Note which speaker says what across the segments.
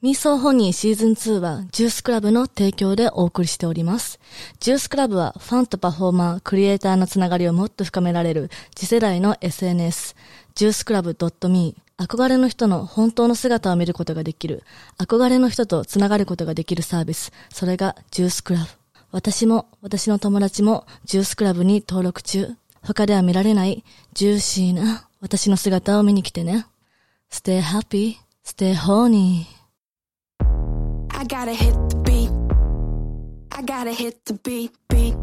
Speaker 1: ミーソーホニーシーズン2はジュースクラブの提供でお送りしております。ジュースクラブはファンとパフォーマー、クリエイターのつながりをもっと深められる次世代の SNS、ジュースクラブ .me、憧れの人の本当の姿を見ることができる、憧れの人とつながることができるサービス、それがジュースクラブ。私も、私の友達もジュースクラブに登録中。他では見られないジューシーな私の姿を見に来てね。Stay happy, stay horny.
Speaker 2: I gotta hit the beat. I gotta hit the beat, beat.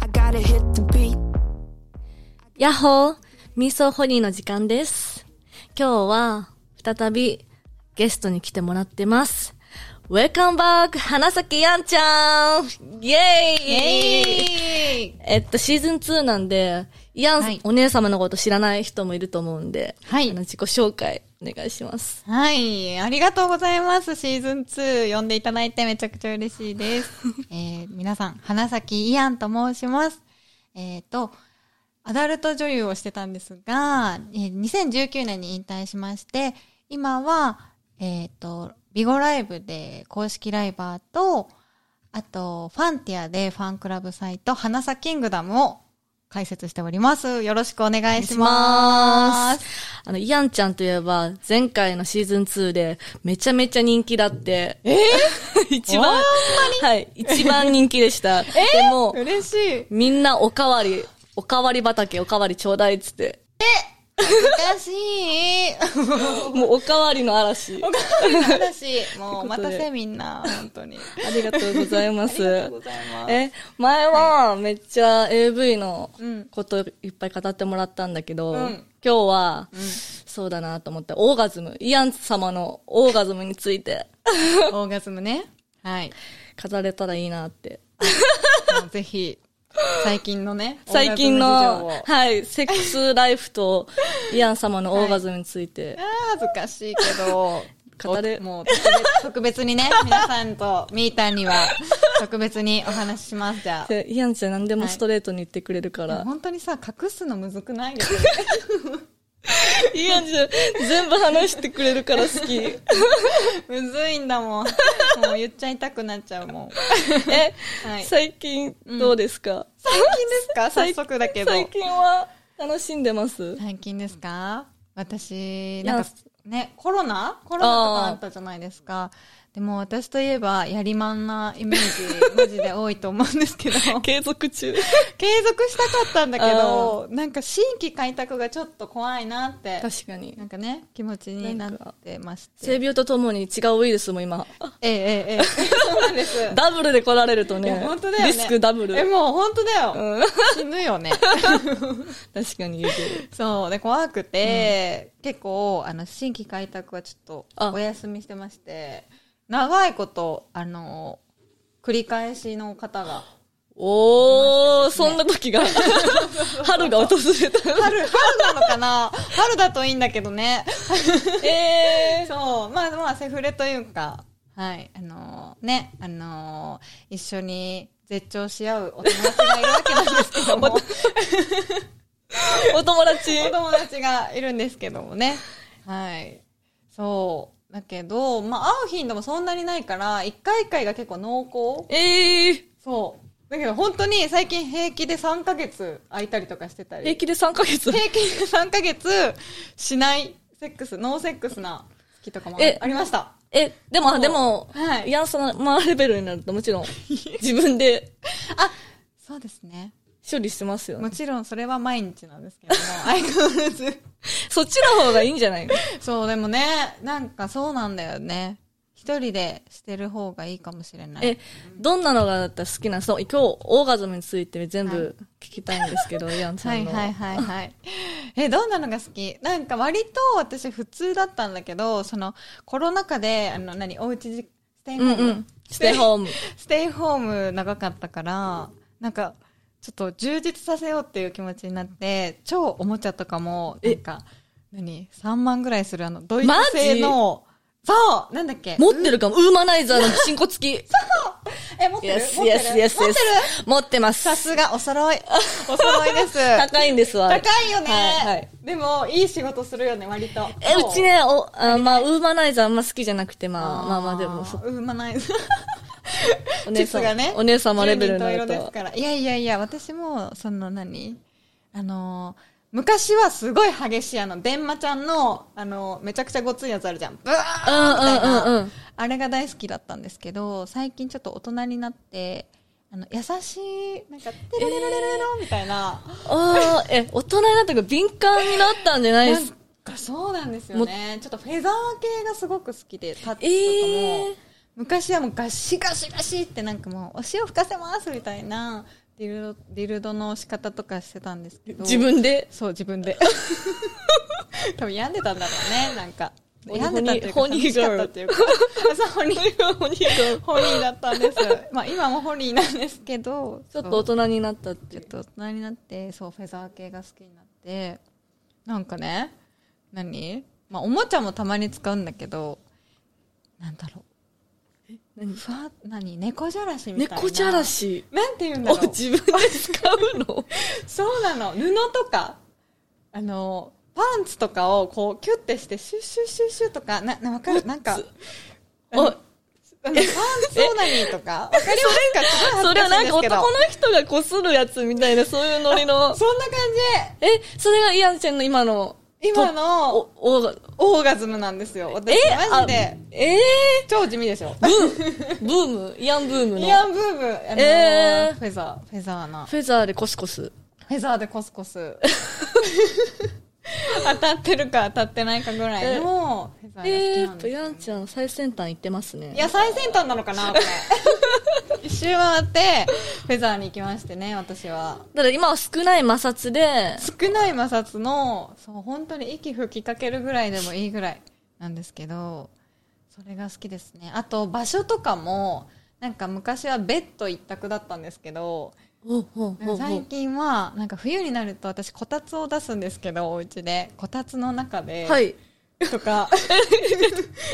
Speaker 2: I gotta hit the beat.
Speaker 1: やっほーミーソーホニーの時間です。今日は、再び、ゲストに来てもらってます。Welcome back! 花咲やんちゃんイェーイえっと、シーズン2なんで、やん、
Speaker 3: はい
Speaker 1: お姉様のこと知らない人もいると思うんで、
Speaker 3: はい
Speaker 1: あの自己紹介お願いします。
Speaker 3: はい、ありがとうございます。シーズン2呼んでいただいてめちゃくちゃ嬉しい です。えー皆さん、花咲イアンと申します。えっ、と、アダルト女優をしてたんですが、えー2019年に引退しまして、今は、えっ、と、ビゴライブで公式ライバーと、あと、ファンティアでファンクラブサイト、花咲キングダムを開設しております。よろしくお願いします。
Speaker 1: あの、イアンちゃんといえば、前回のシーズン2で、めちゃめちゃ人気だって。え 一番、はい、一番人気で した。でも、
Speaker 3: 嬉しい。
Speaker 1: みんなおかわり、おかわり畑、おかわりちょうだいっつって。
Speaker 3: 難しい。
Speaker 1: もうおかわりの嵐。あ
Speaker 3: 私、もうお待たせみんな、本当に。
Speaker 1: りがとうございま
Speaker 3: あ
Speaker 1: す。
Speaker 3: りがとうございます。
Speaker 1: え、前はめっちゃ AV の
Speaker 3: うん
Speaker 1: こといっぱい語ってもらったんだけど、
Speaker 3: うん
Speaker 1: 今日は、そうだなと思って、オーガズム、イアン様のオーガズムについて
Speaker 3: オーガズムね。はい。
Speaker 1: 語れたらいいなって。
Speaker 3: もうぜひ、 最近のね、
Speaker 1: 最近
Speaker 3: オーガズ
Speaker 1: の
Speaker 3: ム事情を、
Speaker 1: はい、セックスライフ とイアン様のオーガズムについて
Speaker 3: あー、恥ずかしいけど、
Speaker 1: 語る
Speaker 3: おもう特別特別に ね、皆さんとミータンには特別にお話しします、じゃあ。
Speaker 1: でイアンちゃん何でもストレートに言ってくれるから、
Speaker 3: 本当にさ、隠すのむずくないよね。
Speaker 1: イアンちゃん全部話してくれるから好 き。え、
Speaker 3: むずいんだもん。もう言っちゃいたくなっちゃうもん。 はい
Speaker 1: 最近どうですか、
Speaker 3: 最近ですか
Speaker 1: 最
Speaker 3: 早速だけど。
Speaker 1: 最近は楽しんでます
Speaker 3: 最近ですか私、
Speaker 1: や
Speaker 3: なんか、ね、コロナコロナとかあったじゃないですか。でも私といえば、やりまんなイメー ジ、マジで多いと思うんですけど、継
Speaker 1: 継続
Speaker 3: 続
Speaker 1: 中。
Speaker 3: したかったんだけど、なんか新規開拓がちょっと怖いなって、
Speaker 1: 確かに
Speaker 3: な。んかね、気持ちになってまし
Speaker 1: 性
Speaker 3: て。
Speaker 1: 病とともに違うウイルスも今、
Speaker 3: えええ えええ、そうなんです。
Speaker 1: ダブルで来られると
Speaker 3: いや
Speaker 1: ね、
Speaker 3: 本当だよね。
Speaker 1: リスクダブル。
Speaker 3: え、もう本当だよ。
Speaker 1: うん
Speaker 3: 死ぬよね。
Speaker 1: 確かに言うてる。
Speaker 3: そう、で、怖くて、結構、あの、新規開拓はちょっ
Speaker 1: あ
Speaker 3: と、お休みしてまして、長いこと、あの、繰り返しの方が、
Speaker 1: おー、そんな時 が、春が訪れ た。
Speaker 3: 春、春なのかな春だといいんだけどね。
Speaker 1: え
Speaker 3: そう、まあまあ、セフレというか、はい、あの、ね、あの、一緒に絶頂し合うお友達がいるわけなんですけども、
Speaker 1: ー、お友達。
Speaker 3: お友達がいるんですけどもね。はい。そう。だけど、まあ、会う頻度もそんなにないから、一回一回が結構濃厚。
Speaker 1: えー、
Speaker 3: そう。だけど、本当に最近平気で3ヶ月空いたりとかしてたり。
Speaker 1: 平気で3ヶ月。
Speaker 3: 平気で3ヶ月しないセックス、ノーセックスな月とかも
Speaker 1: え
Speaker 3: ありました。
Speaker 1: え、でも、でも、
Speaker 3: はい
Speaker 1: イアン様のレベルになるともちろん、 自分で
Speaker 3: そうですね。
Speaker 1: 処理してますよね
Speaker 3: も。ちろんそれは毎日なんですけども、相変わらず。
Speaker 1: そっちの方がいいんじゃないの
Speaker 3: そう、でもね、なんかそうなんだよね。一人でしてる方がいいかもしれない。
Speaker 1: え、どんなのがだったら好きなそう、今日、オーガズムについて全部聞きたいんです けど、イアンちゃ
Speaker 3: はい
Speaker 1: んの。
Speaker 3: はいはいはい。え、どんなのが好きなんか割と私普通だったんだけど、そのコロナ禍で、あの何、おうちじ、ステイホ
Speaker 1: うん
Speaker 3: ーム、
Speaker 1: うん。ステイホー ム。
Speaker 3: ステイホーム長かったから、なんかちょっと充実させようっていう気持ちになって、超おもちゃとかも、なんか、何 ?3 万ぐらいするあの、ドイツ製の、そうなんだっけ
Speaker 1: 持ってるかも、ウーマナイザーのチンコ付き。
Speaker 3: え、持ってる
Speaker 1: Yes,
Speaker 3: 持ってる
Speaker 1: yes, yes,
Speaker 3: 持って
Speaker 1: yes.
Speaker 3: る
Speaker 1: 持ってます。
Speaker 3: さすが、お揃い。お揃い です。
Speaker 1: 高いんですわ。あれ
Speaker 3: 高いよね、
Speaker 1: はいはい
Speaker 3: でも、いい仕事するよね、割と。
Speaker 1: え、うちね、お、あまあ、ウーマナイズあんま好きじゃなくて、まあ、まあまあでも、そ
Speaker 3: うんまあない。
Speaker 1: お姉様
Speaker 3: 質がね。
Speaker 1: お姉様レベルになる
Speaker 3: 十人
Speaker 1: と
Speaker 3: 十色ですから。いやいやいや、私も、その何あのー、昔はすごい激しい、あの、電マちゃんの、あのー、めちゃくちゃごついやつあるじゃん。ブワーみたいな
Speaker 1: うんうんうんうん。
Speaker 3: あれが大好きだったんですけど、最近ちょっと大人になって、あの、優しい、なんか、テレレレレレレロみたいな。
Speaker 1: ああ、え、大人になったから敏感になったんじゃないで
Speaker 3: な
Speaker 1: す
Speaker 3: んかそうなんですよね。ちょっとフェザー系がすごく好きで、タッチとかも。
Speaker 1: えー
Speaker 3: 昔はもうガシガシガシってなんかもうお塩吹かせますみたいなディルドディルドの仕方とかしてたんですけど
Speaker 1: 自分で。
Speaker 3: そう自 分で多分病んでたんだろうねなんか
Speaker 1: ホニ
Speaker 3: 病んでたっていうか
Speaker 1: ホニ
Speaker 3: 寂しかったっ ていうかそうホニーホニー ホニーだったんですまあ今もホニーなんですけど
Speaker 1: ちょっと大
Speaker 3: そう
Speaker 1: 人になったってい
Speaker 3: ちょ
Speaker 1: う
Speaker 3: っ。と大人になってそうフェザー系が好きになってなんかね何まあおもちゃもたまに使うんだけどなんだろう
Speaker 1: 何
Speaker 3: ふわ、何猫じゃらしみたいな。
Speaker 1: 猫じゃら。し
Speaker 3: なんて言うんだ
Speaker 1: を
Speaker 3: ろう。
Speaker 1: 自分で使うの
Speaker 3: そうなの。布とか、あの、パンツとかをこう、キュッてして、シュッシュッシュッシュッとか、な、な、わかるなんか、あの
Speaker 1: お
Speaker 3: あのパンツそうなにとか、わかりますかすご
Speaker 1: そ
Speaker 3: い恥
Speaker 1: れは
Speaker 3: ずかしい
Speaker 1: なんん
Speaker 3: で
Speaker 1: か
Speaker 3: すけど。
Speaker 1: 男の人がこするやつみたいな、そういうノリの。
Speaker 3: そんな感
Speaker 1: え、それがイアンちゃんの今の、
Speaker 3: じ。今の
Speaker 1: お、お、
Speaker 3: オーガズムなんですよ。私、マジで、
Speaker 1: ええ
Speaker 3: 超地味でしょ。
Speaker 1: ー、ブームイアンブームの。
Speaker 3: イアンブーム、あの
Speaker 1: えー
Speaker 3: フェザー、フェザーな。
Speaker 1: フェザーでコスコス。
Speaker 3: フェザーでコス コス。当たってるか当たってないかぐらいのフェザ
Speaker 1: え
Speaker 3: ー
Speaker 1: ー
Speaker 3: が
Speaker 1: っ
Speaker 3: 好きなん
Speaker 1: と、
Speaker 3: で
Speaker 1: イ
Speaker 3: す。
Speaker 1: アンちゃん最先端行ってますね。
Speaker 3: いや、最先端なのか な、これ。一周回って、フェザーに行きましてね、私は。
Speaker 1: だから今は少ない摩擦で、
Speaker 3: 少ない摩擦の、そう、本当に息吹きかけるぐらいでもいいぐらいなんですけど、それが好きですね。あと、場所とかも、なんか昔はベッド一択だったんですけど、
Speaker 1: おうおうおうおう
Speaker 3: 最近はなんか冬になると私こたつを出すんですけどお家でこたつの中で
Speaker 1: はい。
Speaker 3: とか、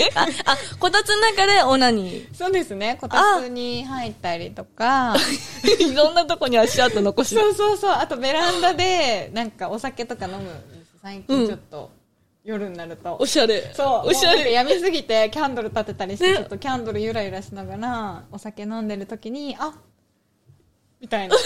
Speaker 1: え、あ、あ、こたつの中でオナニ
Speaker 3: そうですねこたつに入ったりとか
Speaker 1: ー。いろんなとこに足跡残して。
Speaker 3: そうそうそうあとベランダでなんかお酒とか飲むんです最近ちょっと、夜になると
Speaker 1: おしゃれ。
Speaker 3: そう
Speaker 1: おしゃ
Speaker 3: もうなんか
Speaker 1: れ。
Speaker 3: やみすぎてキャンドル立てたりして
Speaker 1: ね
Speaker 3: ちょっとキャンドルゆらゆらしながらお酒飲んでる時にあみたい な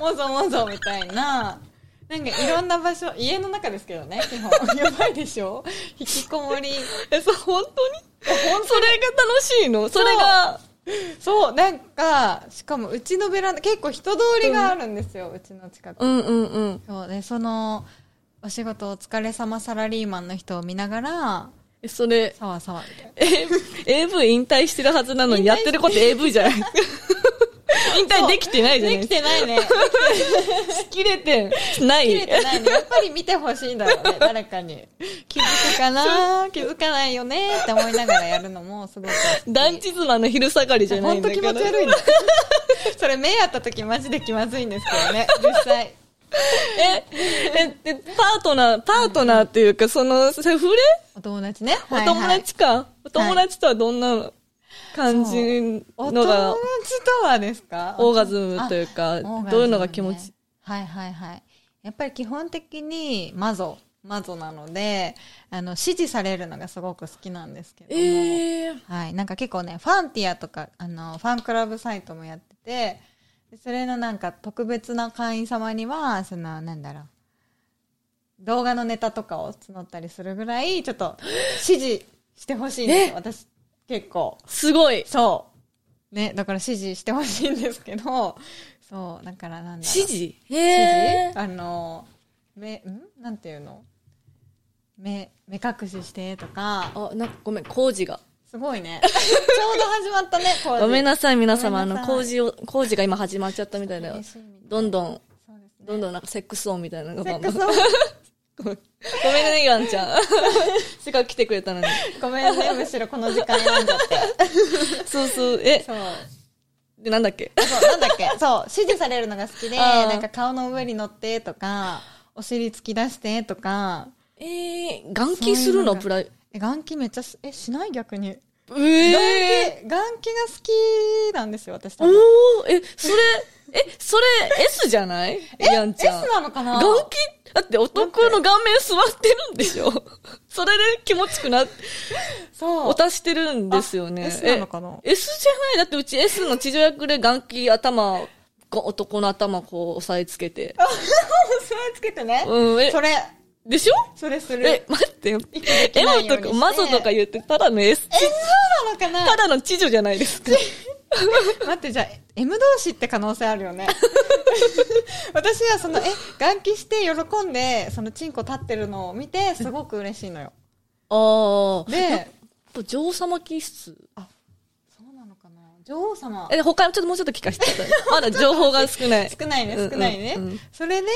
Speaker 3: もぞもぞみたいななんかいろんな場所家の中ですけどね基本やばいでしょ引きこもり
Speaker 1: え、そう、本当にそれが楽しいのそれが、
Speaker 3: そうなんかしかもうちのベランダ結構人通りがあるんですよ、うちの近く
Speaker 1: うんうんうん。
Speaker 3: そうでそのお仕事お疲れ様サラリーマンの人を見ながら
Speaker 1: え、そ れ、
Speaker 3: さわさわみたいな
Speaker 1: え AV 引退してるはずなのに、やってること AV じゃない 引退できてないじゃない
Speaker 3: できてないね
Speaker 1: 切れてない。
Speaker 3: 切れてないね。やっぱり見てほしいんだろう ね、誰かに。気づくかな気づかないよねって思いながらやるのもすごく好き。
Speaker 1: 団地妻の昼下がりじゃな
Speaker 3: ほ
Speaker 1: い
Speaker 3: ん
Speaker 1: んだ
Speaker 3: と
Speaker 1: か
Speaker 3: 気
Speaker 1: ら。
Speaker 3: 持ち悪いね。 それ目合った時マジで気まずいんですけ どね、実際。
Speaker 1: え、え、え、パートナー、パートナーっていうか、その、セフレ
Speaker 3: お友達ね。
Speaker 1: お友達か、お友達とはどんな感じ
Speaker 3: お
Speaker 1: の
Speaker 3: 友
Speaker 1: が
Speaker 3: 達、とはですか
Speaker 1: オーガズムというか、
Speaker 3: あオーガズムね
Speaker 1: どういうのが気持ち、
Speaker 3: はいはいはい。やっぱり基本的にマゾ、マゾなので、あの、支持されるのがすごく好きなんですけども。
Speaker 1: えー、
Speaker 3: はい、なんか結構ねファンティアとかあのファンクラブサイトもやっててでそれのなんか特別な会員様にはそのなんだろう動画のネタとかを募ったりするぐらいちょっと支持してほしいんですよ私結構
Speaker 1: すごい。
Speaker 3: そうねだから支持してほしいんですけどそうだからなんだろう
Speaker 1: 指示
Speaker 3: 指
Speaker 1: え
Speaker 3: 示あの目んなんていうの目目隠ししてとか
Speaker 1: あ、なんかごめん、工事が。
Speaker 3: すごい ね。ちょうど始まったね、工事
Speaker 1: ごめんなさい、皆様。あ
Speaker 3: ごめんな
Speaker 1: の、
Speaker 3: さい
Speaker 1: 工事を、工事が今始まっちゃったみたいだよ
Speaker 3: 寂しいみたい。
Speaker 1: どんどん、
Speaker 3: そうですね
Speaker 1: どんどんなんかセックス音みたいなの
Speaker 3: セ
Speaker 1: が。
Speaker 3: ックス
Speaker 1: ごめんごめんね、イワンちゃ ん。せっかく来てくれたのに。
Speaker 3: をごめんね、むしろこの時間選んじゃって。
Speaker 1: そうそう、え、
Speaker 3: そう。
Speaker 1: で、なんだっけ
Speaker 3: そう、なんだっけそう、指示されるのが好きで、
Speaker 1: あー
Speaker 3: なんか顔の上に乗ってとか、お尻突き出してとか、
Speaker 1: えー、眼気する
Speaker 3: そういうの
Speaker 1: の
Speaker 3: が
Speaker 1: プライ、
Speaker 3: え、眼気めっちゃす、え、しない逆に。
Speaker 1: うえ
Speaker 3: 眼気、眼気が好きなんですよ、私多
Speaker 1: お
Speaker 3: 分。
Speaker 1: おえ、それ、え、それ S じゃないやんち
Speaker 3: S
Speaker 1: ゃん。
Speaker 3: なのかな
Speaker 1: 眼気だって男の顔面座ってるんで しょそれで気持ちくな、
Speaker 3: そう
Speaker 1: お。 足してるんですよね。
Speaker 3: あ S なのかな
Speaker 1: え ?S じゃないだってうち S の地上役で眼気頭、こ男の頭こう押さえつけて。
Speaker 3: それつけてね。
Speaker 1: うん、え
Speaker 3: そ、れ、
Speaker 1: でしょ
Speaker 3: それする。
Speaker 1: え、待ってよ。
Speaker 3: 息できないように
Speaker 1: M
Speaker 3: して
Speaker 1: とかマゾとか言ってただの S。
Speaker 3: え、そうなのか
Speaker 1: た
Speaker 3: な
Speaker 1: だの地女じゃないです か。
Speaker 3: 待って、じゃあ、M 同士って可能性あるよ ね。私はその、え、眼気して喜んで、そのチンコ立ってるのを見て、すごく嬉しいのよ。
Speaker 1: ああ。やっ
Speaker 3: で、
Speaker 1: ぱ女王様気質。
Speaker 3: そうなのかな女王様。
Speaker 1: え、他にちょっともうちょっと聞かせてください。まだ情報が少ない。
Speaker 3: 少ないね
Speaker 1: うん
Speaker 3: 少ないね、
Speaker 1: うんうん
Speaker 3: それで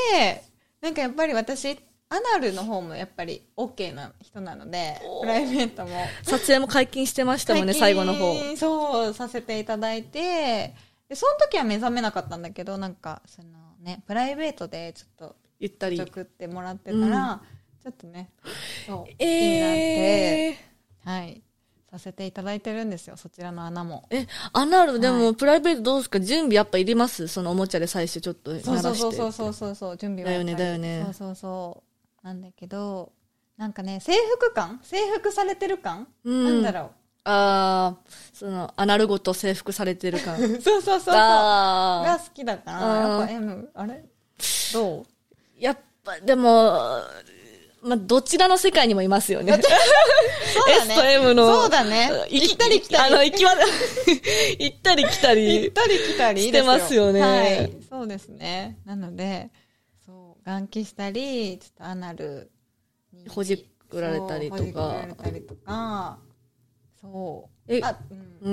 Speaker 3: なんかやっぱり私アナルの方もやっぱり OK な人なので
Speaker 1: おー
Speaker 3: プライベートも
Speaker 1: 撮影も解禁してましたもんね、最
Speaker 3: 最近
Speaker 1: 後の方。
Speaker 3: そうさせていただいてでその時は目覚めなかったんだけどなんかそのねプライベートでちょっ
Speaker 1: 言った
Speaker 3: と
Speaker 1: り。
Speaker 3: 食ってもらってたら、ちょっとねそう、気になって
Speaker 1: えー。
Speaker 3: はいさせていただいてるんですよそちらの穴も
Speaker 1: え、アナルで
Speaker 3: は
Speaker 1: もプライベートどうですか準備やっぱいりますそのおもちゃで最初ちょっと鳴らして。
Speaker 3: そうそうそうそうそうそうそう準備はやっぱり
Speaker 1: だよねだよね
Speaker 3: そうそうそうなんだけどなんかね制服感制服されてる感、
Speaker 1: うん
Speaker 3: なんだろ
Speaker 1: あーその、アナルごと征服されてる感。
Speaker 3: う そうそうそうそうが
Speaker 1: あ
Speaker 3: 好きだから
Speaker 1: あー
Speaker 3: やっぱ M あれどう
Speaker 1: ーやっぱ、でも、まあ、どちらの世界にもいますよね。
Speaker 3: そうだ
Speaker 1: S と M の
Speaker 3: そうだ ね
Speaker 1: 行き
Speaker 3: 行ったり来たり
Speaker 1: あの、行きま、 行ったり来た
Speaker 3: 行っ
Speaker 1: り。
Speaker 3: たり来たり
Speaker 1: してますよね
Speaker 3: はいそうですねなのでそう眼気したりちょっとアナルに
Speaker 1: ほじくられたりとか
Speaker 3: そうほじくられたりとかそう
Speaker 1: え
Speaker 3: あ、うん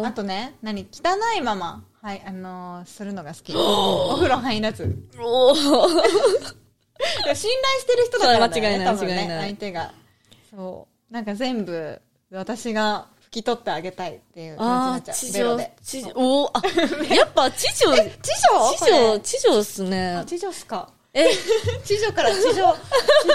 Speaker 1: うーん。
Speaker 3: あとね、何汚いまま、はい、あのーするのが 好き。お風呂入らず。い
Speaker 1: おー
Speaker 3: や信頼してる人だからだよね、
Speaker 1: それは間違いない
Speaker 3: 多分ね
Speaker 1: 間違いない
Speaker 3: 相手が。そう。なんか全部、私が拭き取ってあげたいっていう
Speaker 1: あ
Speaker 3: 感
Speaker 1: ー、
Speaker 3: じ
Speaker 1: 地
Speaker 3: になっ
Speaker 1: 上
Speaker 3: ちゃう。、
Speaker 1: 地上
Speaker 3: ベロで。、
Speaker 1: おー あ、やっぱ地上、
Speaker 3: え、地上
Speaker 1: 地
Speaker 3: これ
Speaker 1: 上、地上っすね
Speaker 3: あ。地上っすか。
Speaker 1: え、
Speaker 3: 地上から 地上、地上、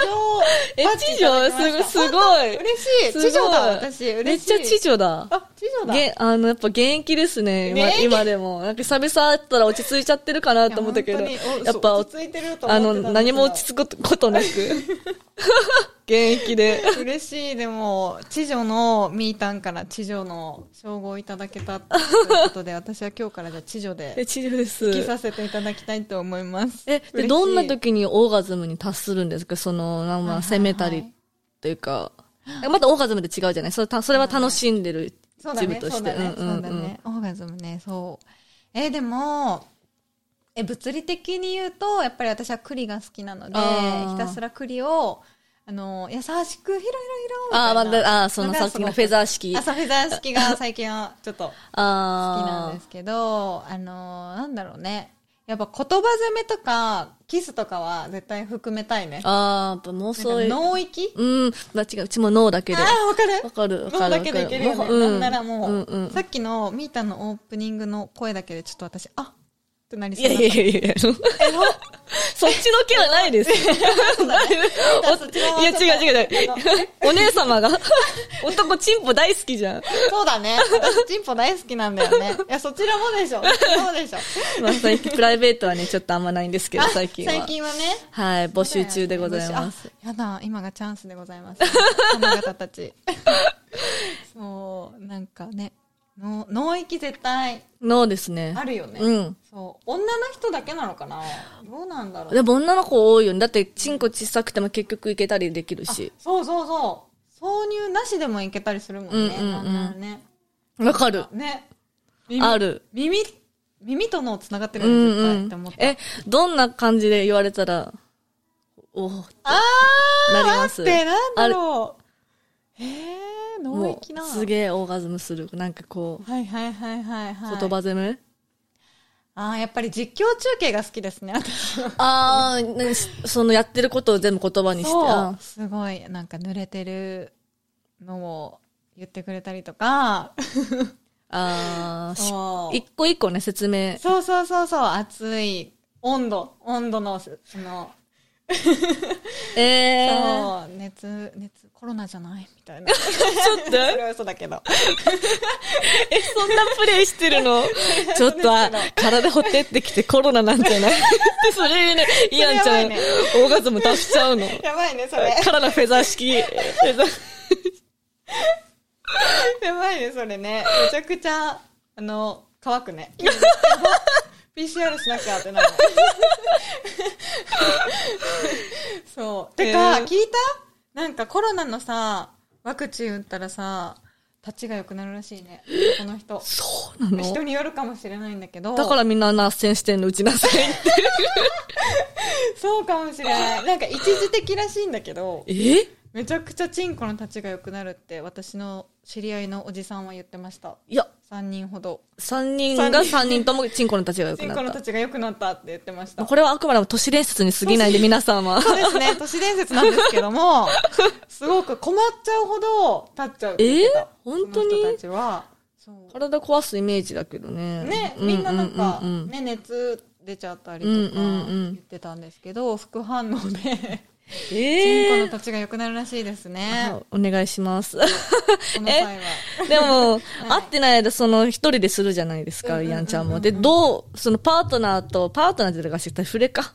Speaker 1: え
Speaker 3: バッジいただきました
Speaker 1: 地上すごすごい
Speaker 3: 本当嬉しい。
Speaker 1: すごい
Speaker 3: 地上だ、私。
Speaker 1: めっ
Speaker 3: 嬉し
Speaker 1: ち
Speaker 3: い。
Speaker 1: ゃ地上だ。
Speaker 3: あ、地上だ。
Speaker 1: げあの、やっぱ現役ですね。今
Speaker 3: ね
Speaker 1: 今でも。なんか久々だったら落ち着いちゃってるかなと思ったけど。
Speaker 3: いや本当にお
Speaker 1: やっぱ、
Speaker 3: 落ち着いてると思ってた
Speaker 1: あ
Speaker 3: んです
Speaker 1: の、
Speaker 3: けど
Speaker 1: 何も落ち着くこと なく。現役で。
Speaker 3: 嬉しいでも知女のミータンから知女の称号をいただけたということで私は今日からじゃあ知女
Speaker 1: え、
Speaker 3: で
Speaker 1: 治療で
Speaker 3: 引きさ
Speaker 1: す。
Speaker 3: せていただきたいと思います
Speaker 1: え、
Speaker 3: 嬉し
Speaker 1: で、
Speaker 3: い
Speaker 1: どんな時にオーガズムに達するんですかその、まあま
Speaker 3: はいはいは
Speaker 1: あ、
Speaker 3: い
Speaker 1: 攻めたりっていうか。またオーガズムで違うじゃないそれたそれは楽しんでる
Speaker 3: そうだ
Speaker 1: 自分
Speaker 3: ね
Speaker 1: と
Speaker 3: そう
Speaker 1: して。
Speaker 3: だね
Speaker 1: うんうん
Speaker 3: そうだねオーガズムねそうえでもえ物理的に言うとやっぱり私は栗が好きなので
Speaker 1: あー
Speaker 3: ひたすら栗をあの優しくひろひろひろみ
Speaker 1: あ
Speaker 3: た
Speaker 1: あ、
Speaker 3: いな
Speaker 1: まだ、ああ、その
Speaker 3: が
Speaker 1: さっきの
Speaker 3: す
Speaker 1: フ
Speaker 3: ご
Speaker 1: ェ
Speaker 3: く
Speaker 1: ザー式。
Speaker 3: あ
Speaker 1: あ
Speaker 3: そうフェザー式が最近はちょっと好きなん
Speaker 1: あ
Speaker 3: ですけど、あのーなんだろうね。やっぱ言葉攻めとか、キスとかは絶対含めたいね。
Speaker 1: ー。ああ、やっぱ妄想。
Speaker 3: なんか脳域
Speaker 1: うん、まあ違う、うちも脳だけ
Speaker 3: あ
Speaker 1: で。
Speaker 3: あ、わかる
Speaker 1: わかる、わか
Speaker 3: 脳
Speaker 1: る。
Speaker 3: だけでいけるよ
Speaker 1: わ
Speaker 3: ね。
Speaker 1: かる
Speaker 3: なんならもう、
Speaker 1: んうん
Speaker 3: さっきのミータのオープニングの声だけでちょっと私、あっってなり
Speaker 1: い
Speaker 3: そう
Speaker 1: や
Speaker 3: だっ
Speaker 1: い
Speaker 3: た
Speaker 1: やいやいや、そっちの気はないです。おいや違う違う違う。お姉様が、 男チンポ大好きじゃん。
Speaker 3: そうだね。私、チンポ大好きなんだよね。いや、そちらもでしょ。そちらもでしょ。
Speaker 1: まあ最近、プライベートはね、ちょっとあんまないんですけど、
Speaker 3: あ
Speaker 1: 最近は。
Speaker 3: 最近はね。
Speaker 1: はい、募集中でございます。
Speaker 3: あ。やだ、今がチャンスでございます。花形た ち。そう、なんかね、の脳域絶対
Speaker 1: 脳ですね。
Speaker 3: あるよね。
Speaker 1: うん。
Speaker 3: そう、女の人だけなのかなどうなんだろう。
Speaker 1: でも女の子多いよね。だって、チンコ小さくても結局いけたりできる
Speaker 3: あ
Speaker 1: し。
Speaker 3: そうそうそう。挿入なしでもいけたりするもんね。
Speaker 1: うんうんうん
Speaker 3: なんならね。
Speaker 1: わかる。
Speaker 3: ね。
Speaker 1: ある。
Speaker 3: 耳、耳と脳つながってる
Speaker 1: う
Speaker 3: よね、
Speaker 1: んう
Speaker 3: 絶対って思
Speaker 1: ん
Speaker 3: っ。た。
Speaker 1: え、どんな感じで言われたら、おー
Speaker 3: あー
Speaker 1: なります
Speaker 3: 待って、なんだろう。えー、脳
Speaker 1: も
Speaker 3: 域な。
Speaker 1: う、すげえオーガズムする。なんかこう、
Speaker 3: はいはいはいはいはい。
Speaker 1: 言葉攻め、
Speaker 3: ああ、やっぱり実況中継が好きですね、私は。
Speaker 1: あ あ、ねしそのやってることを全部言葉にして。
Speaker 3: そ
Speaker 1: あ
Speaker 3: う。すごい、なんか濡れてるのを言ってくれたりとか。
Speaker 1: あーし
Speaker 3: そう
Speaker 1: 一個一個ね、説明。
Speaker 3: そうそうそうそう、熱い温度、温度の、その、
Speaker 1: えー、
Speaker 3: そう熱熱コロナじゃないみたいなそ
Speaker 1: ちょっと
Speaker 3: れは嘘だけど
Speaker 1: え、そんなプレイしてる のちょっと、あ、体ほてってきてコロナなんじゃない でそれね、イアンちゃん、
Speaker 3: それやばいね
Speaker 1: オーガズム出しち ゃうの。
Speaker 3: やばいねそれ
Speaker 1: 体フェザー式。フェザー
Speaker 3: やばいねそれねめちゃくちゃあの乾くね PCR しなきゃってなるねそうてか、
Speaker 1: えー
Speaker 3: 聞いたなんかコロナのさワクチン打ったらさ立ちが良くなるらしいねこの人
Speaker 1: そうな
Speaker 3: 人
Speaker 1: の
Speaker 3: によるかもしれないんだけど
Speaker 1: だからみんなナッセンしてんの打ちなさ いって。
Speaker 3: そうかもしれないなんか一時的らしいんだけど
Speaker 1: え
Speaker 3: めちゃくちゃチンコの立ちが良くなるって私の知り合いのおじさんは言ってました
Speaker 1: いや、
Speaker 3: 3人ほど
Speaker 1: 3人が3人ともチンコの立ちが良
Speaker 3: チ
Speaker 1: く
Speaker 3: ン
Speaker 1: な
Speaker 3: コの
Speaker 1: っ
Speaker 3: 立ちが良くなったって言ってまし た
Speaker 1: た。これはあくまでも都市伝説に過ぎないんで皆さんは。
Speaker 3: そうですね、都市伝説なんですけ ども、すごく困っちゃうほど立っちゃうって言ってた
Speaker 1: えー本当に
Speaker 3: その人たちは、そう
Speaker 1: 体壊すイメージだけどね。
Speaker 3: ね、
Speaker 1: う
Speaker 3: みんななんか、
Speaker 1: うううん
Speaker 3: ね、熱出ちゃったりとか
Speaker 1: うんうんうん
Speaker 3: 言ってたんですけど、副反応で、
Speaker 1: え
Speaker 3: チンコの
Speaker 1: ー
Speaker 3: 立ちが良くなるらしいですね。
Speaker 1: あお願いします。
Speaker 3: この際は。
Speaker 1: でも、会ってない間、その、一人でするじゃないです
Speaker 3: うん
Speaker 1: か、
Speaker 3: うんうんうん
Speaker 1: イアンちゃんも。で、どう、その、パートナーと、パートナーって言うか、絶対触れか。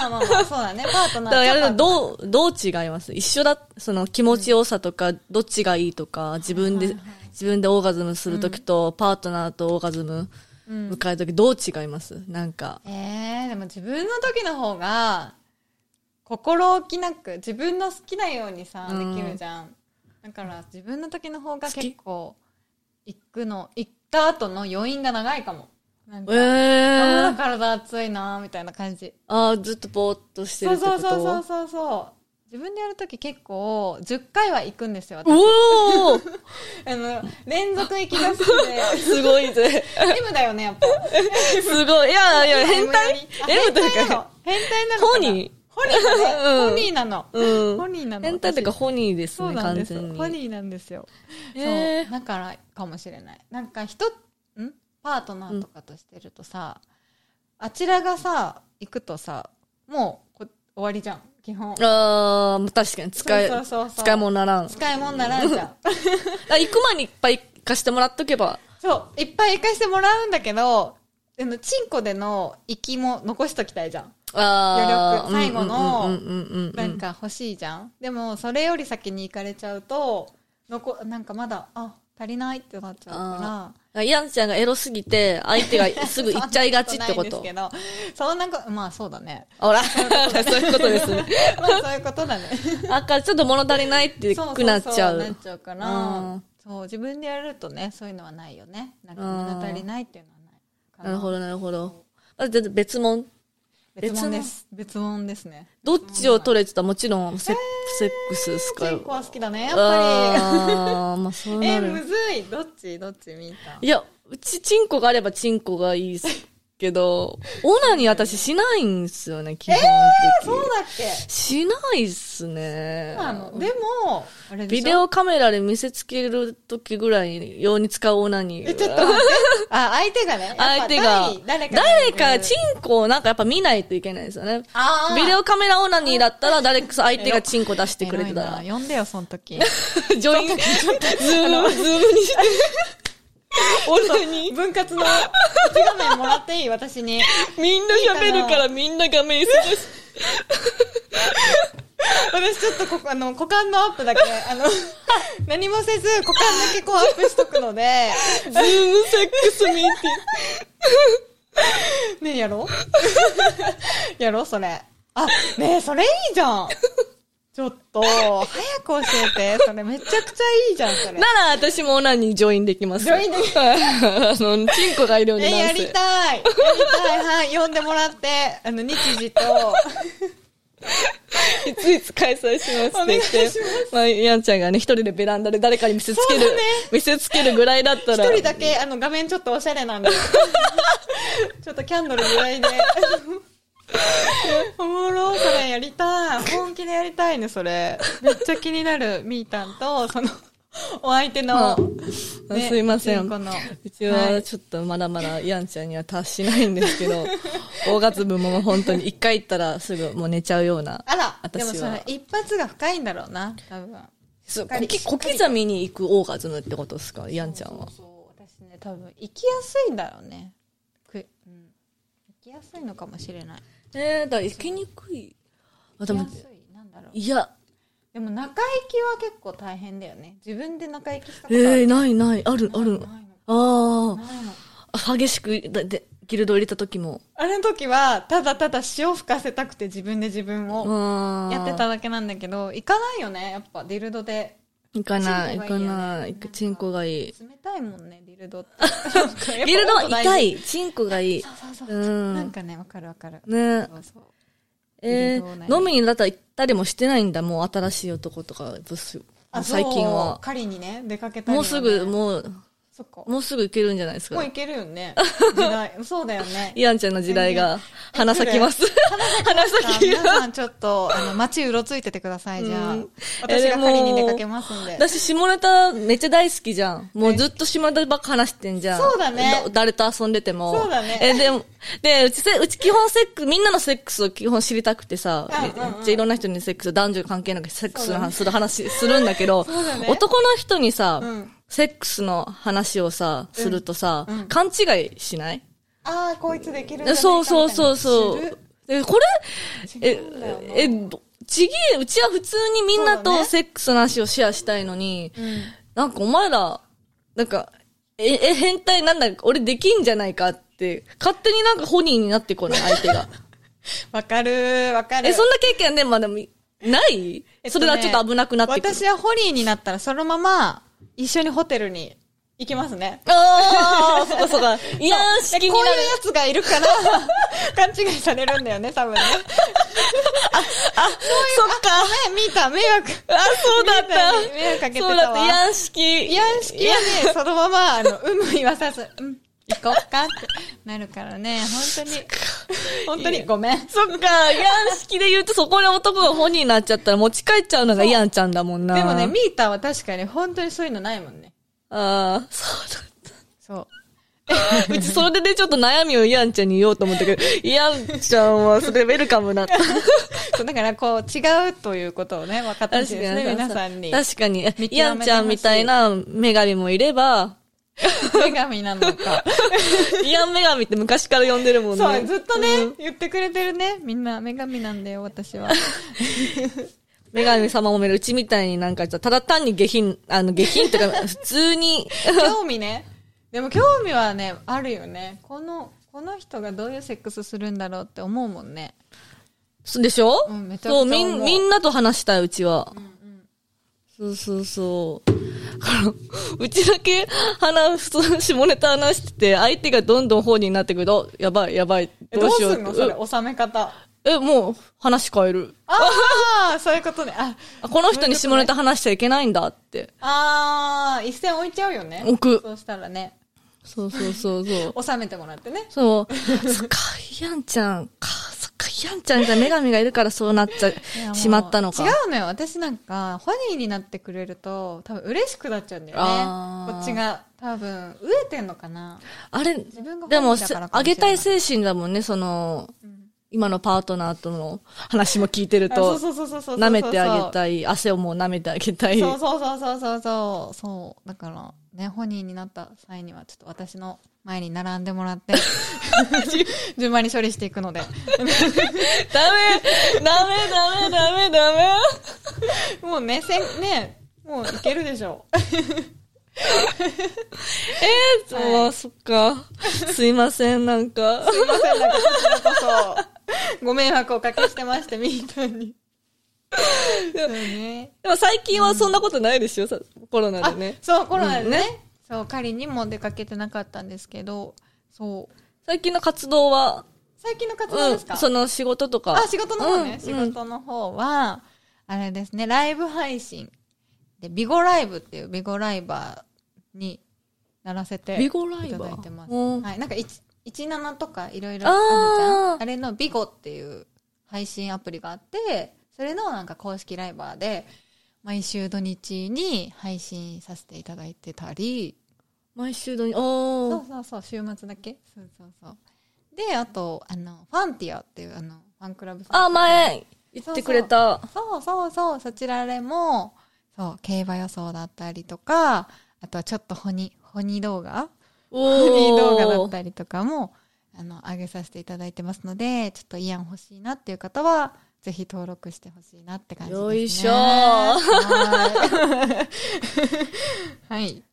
Speaker 3: まあまあまあ、そうだね、パート
Speaker 1: だか
Speaker 3: ナー
Speaker 1: ら、やるの、
Speaker 3: う
Speaker 1: どう、どう違います一緒だ、その、気持ちよさとか、どっちがいいとか、自分で、自分でオーガズムするときと、パートナーとオーガズム、迎えるとき、どう違いますなんか。
Speaker 3: えー、でも自分の時の方が、心置きなく、自分の好きなようにさ、
Speaker 1: うん
Speaker 3: できるじゃん。だから、自分の時の方が
Speaker 1: 好き
Speaker 3: 結構、行くの、行った後の余韻が長いかも。なん
Speaker 1: え
Speaker 3: か、あ
Speaker 1: ー
Speaker 3: ー、体熱いなーみたいな感じ。
Speaker 1: あーずっとぼーっとしてるっ
Speaker 3: そう
Speaker 1: てこ
Speaker 3: そう
Speaker 1: と
Speaker 3: そうそうそうそう。自分でやる時結構、10回は行くんですよ、私
Speaker 1: おー
Speaker 3: あの、連続行きが好きで。
Speaker 1: すごいぜ。
Speaker 3: M だよね、やっぱ。
Speaker 1: すごい。いやいや、変態
Speaker 3: あ
Speaker 1: ?M と
Speaker 3: 変態
Speaker 1: いう
Speaker 3: なの
Speaker 1: か、
Speaker 3: 変態なのかな
Speaker 1: ホニ
Speaker 3: ホニーだね
Speaker 1: うん
Speaker 3: ホニーなの。
Speaker 1: ー。う
Speaker 3: ホ
Speaker 1: ん。
Speaker 3: ニーなの。
Speaker 1: 変態というか、
Speaker 3: 私
Speaker 1: ホニーです
Speaker 3: そう
Speaker 1: ね、
Speaker 3: なん
Speaker 1: 完
Speaker 3: です。
Speaker 1: 全に。
Speaker 3: ホニーなんですよ。
Speaker 1: えー
Speaker 3: そう。だからかもしれない。なんか人、んパートナーとかとしてるとさ、あちらがさ、行くとさ、もうこ終わりじゃん。基本。
Speaker 1: あー、確かに使い、
Speaker 3: そうそうそうそう
Speaker 1: 使い物なら ん。
Speaker 3: 使い物ならんじゃん。
Speaker 1: あ、行く前にいっぱい貸してもらっとけば。
Speaker 3: そう。いっぱい行かしてもらうんだけど、あの、チンコでの行きも残しときたいじゃん。
Speaker 1: あー、
Speaker 3: 余力最後の
Speaker 1: うんうんうんうんうん
Speaker 3: なんか欲しいじゃん、でもそれより先に行かれちゃうとのこなんかまだあ足りないってなっちゃうか
Speaker 1: イアンちゃんがエロすぎて、相手がす
Speaker 3: ら
Speaker 1: ぐ行っちゃいがちってこ
Speaker 3: そ
Speaker 1: と
Speaker 3: ん。なことないんですけどそんなこまあそうだ ね
Speaker 1: ほら、そういうことです ね。
Speaker 3: まあそういうことだね
Speaker 1: あからちょっと物足りないって
Speaker 3: そうそうそ
Speaker 1: くなっちゃ
Speaker 3: なっ
Speaker 1: う。
Speaker 3: ちゃうか
Speaker 1: う
Speaker 3: ら
Speaker 1: ん
Speaker 3: そう自分でやるとねそういうのはないよねなんか
Speaker 1: うん
Speaker 3: 物足りないっていうのはないか
Speaker 1: なるほど、なるほど。あじゃあ別物。
Speaker 3: 別物です別物ですね
Speaker 1: どっちを取れてたらもちろんセッ、セックスですか
Speaker 3: チン
Speaker 1: よ。
Speaker 3: コは好きだねやっぱ
Speaker 1: あー、まあそう
Speaker 3: り
Speaker 1: な
Speaker 3: えむ
Speaker 1: る。
Speaker 3: ずいどっちどっち見た
Speaker 1: いや、うち、チンコがあればチンコがいいですけ ど、オナに私しないんですよね、基本的
Speaker 3: そうだっけ
Speaker 1: しないっすね。
Speaker 3: あのでもあれでし
Speaker 1: ビ
Speaker 3: ょ
Speaker 1: デオカメラで見せつけるときぐらい用に使うオナニー。
Speaker 3: え、ちょっと待って。あ、相手がね。やっぱ
Speaker 1: 相手が
Speaker 3: 対、誰か。
Speaker 1: 誰か、チンコをなんかやっぱ見ないといけないですよね。
Speaker 3: あー
Speaker 1: ビデオカメラオナニーだったら、誰か相手がチンコ出してくれてた
Speaker 3: エロ
Speaker 1: ら
Speaker 3: い。な呼んでよ、その時。
Speaker 1: ジョイン、ズーム、ズームにして。オナニー。
Speaker 3: 分割の一画面もらっていい、私に。
Speaker 1: みんな喋るからみんな画面にするし。
Speaker 3: 私ちょっとここ、あの、股間のアップだけ、あ の、何もせず、股間だけこうアップしとくので、
Speaker 1: ズームセックスミーティング。
Speaker 3: ねえやろうやろうそれ。あ、ねえ、それいいじゃん。ちょっと、早く教えて。それめちゃくちゃいいじゃん、それ
Speaker 1: な。ら私もオナニージョインできます。
Speaker 3: ジョインでき
Speaker 1: はいあの、チンコがいるように
Speaker 3: え、
Speaker 1: な
Speaker 3: や
Speaker 1: る
Speaker 3: りたい。やりたい。はい、呼んでもらって、あの、日時と、
Speaker 1: い ついつ開催しますって言って。
Speaker 3: お願いし
Speaker 1: まあ、やんちゃんがね、一人でベランダで誰かに見せつける、
Speaker 3: そうだね
Speaker 1: 見せつけるぐらいだったら。
Speaker 3: 一人だけあの画面ちょっとおしゃれな んでちょっとキャンドルぐらいで おもろそれやりたい本気でやりたいねそれめっちゃ気になるみーたんとそのお相手の
Speaker 1: うあすいません
Speaker 3: 純子の
Speaker 1: うち
Speaker 3: は
Speaker 1: はいちょっとまだまだヤンちゃんには達しないんですけ ど、大月部も本当に一回行ったらすぐもう寝ちゃうような。
Speaker 3: あら、
Speaker 1: 私
Speaker 3: で
Speaker 1: は
Speaker 3: もそれ一発が深いんだろうな、多分。
Speaker 1: そう
Speaker 3: かり
Speaker 1: 小き小刻みに行く大月部ってことですか、ヤンちゃんは
Speaker 3: そう。そうそう私ね、多分行きやすいんだろうね。くうん、行きやすいのかもしれない。
Speaker 1: えー、だから行きにくい。あ、で
Speaker 3: 行き
Speaker 1: も
Speaker 3: や、すい、なんだろう。
Speaker 1: いや、
Speaker 3: でも中行きは結構大変だよね。自分で中行きしたことある。
Speaker 1: えー、ないない、ある、ある。
Speaker 3: ないの
Speaker 1: あ
Speaker 3: ないの
Speaker 1: あ、激しく、だで、ギルド入れた時も。
Speaker 3: あれの時は、ただただ潮吹かせたくて自分で自分を
Speaker 1: あ
Speaker 3: やってただけなんだけど、行かないよね、やっぱディルドで。
Speaker 1: 行かない、
Speaker 3: チン
Speaker 1: 行
Speaker 3: コ
Speaker 1: か
Speaker 3: がいいよね
Speaker 1: ない、行くチンコがいい。
Speaker 3: 冷たいもんね、ディルド って。
Speaker 1: ギルドは痛
Speaker 3: い。
Speaker 1: い、チンコがいい
Speaker 3: そ。うそうそう。
Speaker 1: うん
Speaker 3: なんかね、わかるわかる。
Speaker 1: ね
Speaker 3: そうそう。
Speaker 1: え
Speaker 3: ギルド内
Speaker 1: ー、飲みにだったら行ったりもしてないんだ、もう新しい男とか、ブス。最近
Speaker 3: そう
Speaker 1: は。
Speaker 3: 狩りにね、出かけたり
Speaker 1: も
Speaker 3: は
Speaker 1: う
Speaker 3: ね
Speaker 1: すぐ、もう、
Speaker 3: そっか。も
Speaker 1: もうすぐ行けるんじゃないですか
Speaker 3: う。いけるよ ね。時代。そうだよね。
Speaker 1: イアンちゃんの時代が、
Speaker 3: え
Speaker 1: 花咲きます。花咲き
Speaker 3: 皆さんちょっと、あの、街うろついててください、じゃあ
Speaker 1: うん。
Speaker 3: 私が狩りに出かけ
Speaker 1: えでも
Speaker 3: ますんで。
Speaker 1: 私、下ネタめっちゃ大好きじゃん。もうずっと下ネタばっか話してんじゃん。
Speaker 3: そうだね
Speaker 1: だ誰と遊んでても。
Speaker 3: そうだね
Speaker 1: え、でも、で、うちせ、うち基本セックス、みんなのセックスを基本知りたくてさ、
Speaker 3: うんうんうん
Speaker 1: めっちゃいろんな人にセックス、男女関係なくセックスの話、する話するんだけど、
Speaker 3: そうだね
Speaker 1: 男の人にさ、
Speaker 3: うん
Speaker 1: セックスの話をさ、するとさ、勘違いしない
Speaker 3: ああ、こいつできるんじゃないかみたいな。
Speaker 1: そうそうそうそ
Speaker 3: 知る
Speaker 1: う。え、これ、
Speaker 3: 違うんだよな
Speaker 1: え、え、どちげえ、うちは普通にみんな
Speaker 3: そうだ
Speaker 1: と
Speaker 3: ね
Speaker 1: セックスの話をシェアしたいのに、なんかお前ら、なんか、え、え、変態なんだ、俺できんじゃないかって、勝手になんかホニーになってこない、相手 が。
Speaker 3: わかる、わかる。
Speaker 1: え、そんな経験ね、まあでも、ない、
Speaker 3: えっと
Speaker 1: そ
Speaker 3: ね
Speaker 1: れはちょっと危なくなってくる。
Speaker 3: 私はホリーになったら、そのまま、一緒にホテルに行きますね。
Speaker 1: ああ、そかそか。いやー、
Speaker 3: で
Speaker 1: 式
Speaker 3: こう
Speaker 1: に
Speaker 3: いう
Speaker 1: なる。
Speaker 3: やつがいるから、 勘違いされるんだよね、多分ね。
Speaker 1: あ、そっか。
Speaker 3: ね、見た、迷惑。
Speaker 1: あ、そうだっ
Speaker 3: 見
Speaker 1: た。
Speaker 3: た迷惑かけてた
Speaker 1: そうだっ
Speaker 3: わ。
Speaker 1: た。
Speaker 3: い
Speaker 1: ヤン式。
Speaker 3: やん式はね、そのまま、あの、うむ言わさず、うん、行こっかってなるからね、本当に、本当にごめん。
Speaker 1: そっか、ヤン式で言うとそこで男が本人になっちゃったら持ち帰っちゃうのがイアンちゃんだもんな。
Speaker 3: でもね、ミータは確かに本当にそういうのないもんね。
Speaker 1: ああ、そう
Speaker 3: そう。
Speaker 1: だった。うちそれでね、ちょっと悩みをイアンちゃんに言おうと思った けど、イアンちゃんはそれウェルカムな。
Speaker 3: そうだからこう違うということをね、分かってほしいですね、皆さんに。
Speaker 1: 確かに。
Speaker 3: 見極めてほしい
Speaker 1: イアンちゃんみたいな女神もいれ ば、
Speaker 3: 女神なのか。
Speaker 1: イアン女神って昔から呼んでるもんね。
Speaker 3: そう、ずっとね、言ってくれてるね。みんな、女神なんだよ、私は。
Speaker 1: 女神様もめるうちみたいになんか、ただ単に下品、あの、下品っていうか、普通に、
Speaker 3: 興味ね。でも興味はね、あるよね。この、この人がどういうセックスするんだろうって思うもんね。
Speaker 1: そうでしょ、
Speaker 3: うんめちゃくちゃ
Speaker 1: そう、み
Speaker 3: 思
Speaker 1: ん、
Speaker 3: う
Speaker 1: みんなと話したい、うちは。そうそうそう。だからうちだけ話、普通の下ネタ話してて、相手がどんどん本人になってくると、あやばい、やばい、
Speaker 3: え
Speaker 1: ど
Speaker 3: ど
Speaker 1: う
Speaker 3: う
Speaker 1: しよう
Speaker 3: すんのそれ、収め方。
Speaker 1: ええ、もう、話変える。
Speaker 3: ああ、そういうことね。あ、
Speaker 1: あこの人に下ネタ話しちゃいけないんだって。
Speaker 3: ああ、一線置いちゃうよね。
Speaker 1: 置く
Speaker 3: そうしたらね、
Speaker 1: そうそうそうそう。
Speaker 3: 収めてもらってね。
Speaker 1: そう。そっか、イアンちゃんか、そっか、イアンちゃんじゃ女神がいるからそうなっちゃ
Speaker 3: いやもう
Speaker 1: しまったのか。
Speaker 3: 違うのよ私なんかホニーになってくれると多分嬉しくなっちゃうんだよ
Speaker 1: あ
Speaker 3: ね
Speaker 1: ー
Speaker 3: こっちが多分飢えてんのかな
Speaker 1: あれ、
Speaker 3: 自分が
Speaker 1: でも、
Speaker 3: 本人だから
Speaker 1: あ
Speaker 3: かもしれ
Speaker 1: げ
Speaker 3: な
Speaker 1: た
Speaker 3: い
Speaker 1: い精神だもんね、その、
Speaker 3: ん
Speaker 1: 今のパートナーとの話も聞いてる
Speaker 3: あそう
Speaker 1: と、
Speaker 3: そうそうそうそう
Speaker 1: 舐めてあげたい、汗をもう舐めてあげたい。
Speaker 3: そうそうそうそうそうそうそうだからねホニーになった際にはちょっと私の前に並んでもらって 順番に処理していくので
Speaker 1: ダメダメダメダメダメ
Speaker 3: もうねせんねもういけるでしょう
Speaker 1: えー、
Speaker 3: はい
Speaker 1: もうそっか。すいません、なんか。
Speaker 3: すいませんなんかこちらこそご迷惑をおかけしてましてみーたんに そうね
Speaker 1: でも最近はそんなことないですよ、さコロナでね
Speaker 3: あ。そうコロナでね,、
Speaker 1: うん
Speaker 3: そう狩りにも出かけてなかったんですけどそう
Speaker 1: 最近の活動は、
Speaker 3: 最近の活動
Speaker 1: う
Speaker 3: で
Speaker 1: ん
Speaker 3: すか、、
Speaker 1: その仕事とか。
Speaker 3: あ仕事の方ね、
Speaker 1: うん
Speaker 3: 仕事の方はあれですねライブ配信でビゴライブっていうビゴライバーにならせて
Speaker 1: ビゴライ
Speaker 3: いた
Speaker 1: バー
Speaker 3: だいてます、
Speaker 1: うん
Speaker 3: はい、なんかいち17とかいろいろ
Speaker 1: あー
Speaker 3: あるじゃんあれのビゴっていう配信アプリがあってそれのなんか公式ライバーで毎週土日に配信させていただいてたり
Speaker 1: 毎週土曜、
Speaker 3: そ
Speaker 1: お
Speaker 3: う
Speaker 1: ー。
Speaker 3: そうそう週末だけそうそうそうであとあのファンティアっていうあのファンクラブさん
Speaker 1: あ、前言ってくれた。
Speaker 3: そうそうそうそちらでもそう競馬予想だったりとかあとはちょっとホニホニ動画ホニ
Speaker 1: おー
Speaker 3: 動画だったりとかもあの上げさせていただいてますのでちょっとイアン欲しいなっていう方はぜひ登録してほしいなって感じですね
Speaker 1: よいしょー
Speaker 3: はーいはい、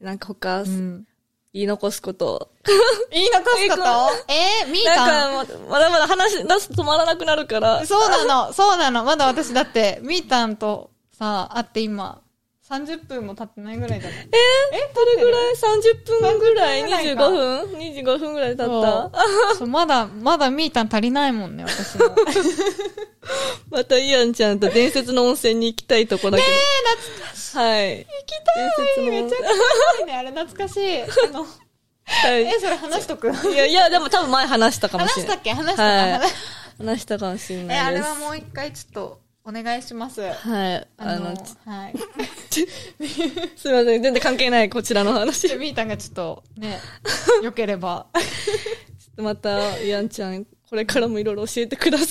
Speaker 1: なんか他、
Speaker 3: うん
Speaker 1: 言い残すこと。
Speaker 3: 言い残すことえー、みーたん
Speaker 1: なんか、ままだまだ話、出すと止まらなくなるから。
Speaker 3: そうなの、そうなの。まだ私だって、みーたんとさ、会って今、30分も経ってないぐらいだね。
Speaker 1: え、どれぐらい ?30 分ぐらい
Speaker 3: 30分
Speaker 1: ?25
Speaker 3: ぐらい
Speaker 1: 分 ?25 分ぐらい経っ
Speaker 3: そ
Speaker 1: た
Speaker 3: う。そうまだ、まだみーたん足りないもんね、私 も。ねえ、懐
Speaker 1: またイアンちゃんと伝説の温泉に行きたいとこだけど。
Speaker 3: か
Speaker 1: はい。行き
Speaker 3: しい。めちゃくちゃ怖いね、あれ懐かしい。あ の、え、それ話しとく
Speaker 1: はい。いや、いや、でも多分前話したかも
Speaker 3: 話
Speaker 1: しれな
Speaker 3: した
Speaker 1: い
Speaker 3: っ。け話した、
Speaker 1: はい
Speaker 3: 話し
Speaker 1: 話したかもしれ
Speaker 3: たえ、あ
Speaker 1: ない
Speaker 3: れ
Speaker 1: です。
Speaker 3: はもう一回ちょっと、お願いします。
Speaker 1: はい。あの、
Speaker 3: はい。
Speaker 1: すいません。全然関係ない、こちらの話。ち
Speaker 3: で、みーたんがちょっと、ね、良ければ。
Speaker 1: ょっとまた、イアンちゃん、これからもいろいろ教えてください。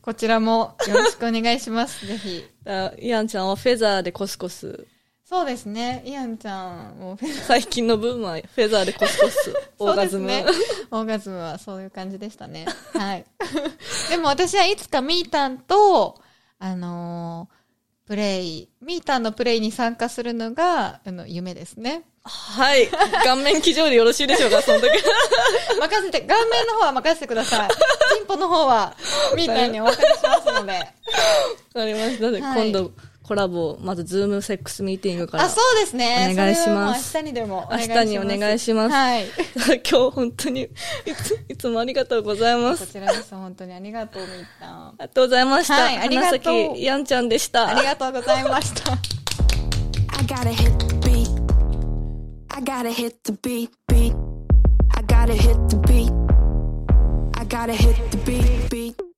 Speaker 3: こちらもよろしくお願いします。ぜひ。
Speaker 1: あイアンちゃんはフェザーでコスコス。
Speaker 3: そうですね。イアンちゃんもフェ
Speaker 1: 最近のブームはフェザーでコスコス。オーガズム。
Speaker 3: そうですね、オーガズムはそういう感じでしたね。はい。 でも私はいつかミータンと、あのープレイ、ミータンのプレイに参加するのが、あの、夢ですね。
Speaker 1: はい。顔面騎乗でよろしいでしょうか、 その時。
Speaker 3: 任せて、 顔面の方は任せてください。チンポの方は、ミータンにお任せしますので。
Speaker 1: わかりました。ので
Speaker 3: はい
Speaker 1: 今度、コラボ、まず、ズームセックスミーティングから。
Speaker 3: あ、そうですね。
Speaker 1: お願いします
Speaker 3: それはもう明日にでもお願い
Speaker 1: 明
Speaker 3: します。
Speaker 1: 日にお願いします
Speaker 3: はい。
Speaker 1: 今日、本当にいつ、いつもありがとうございま
Speaker 3: こ
Speaker 1: す。
Speaker 3: ちらです。本当にありがとう、ミータン。
Speaker 1: ありがとうございました。
Speaker 3: はいありがとう
Speaker 1: 花咲やんちゃんでした。
Speaker 3: ありがとうございました。
Speaker 2: I gotta hit the beat. I gotta hit the beat, beat. I gotta hit the beat. I gotta hit the beat, beat.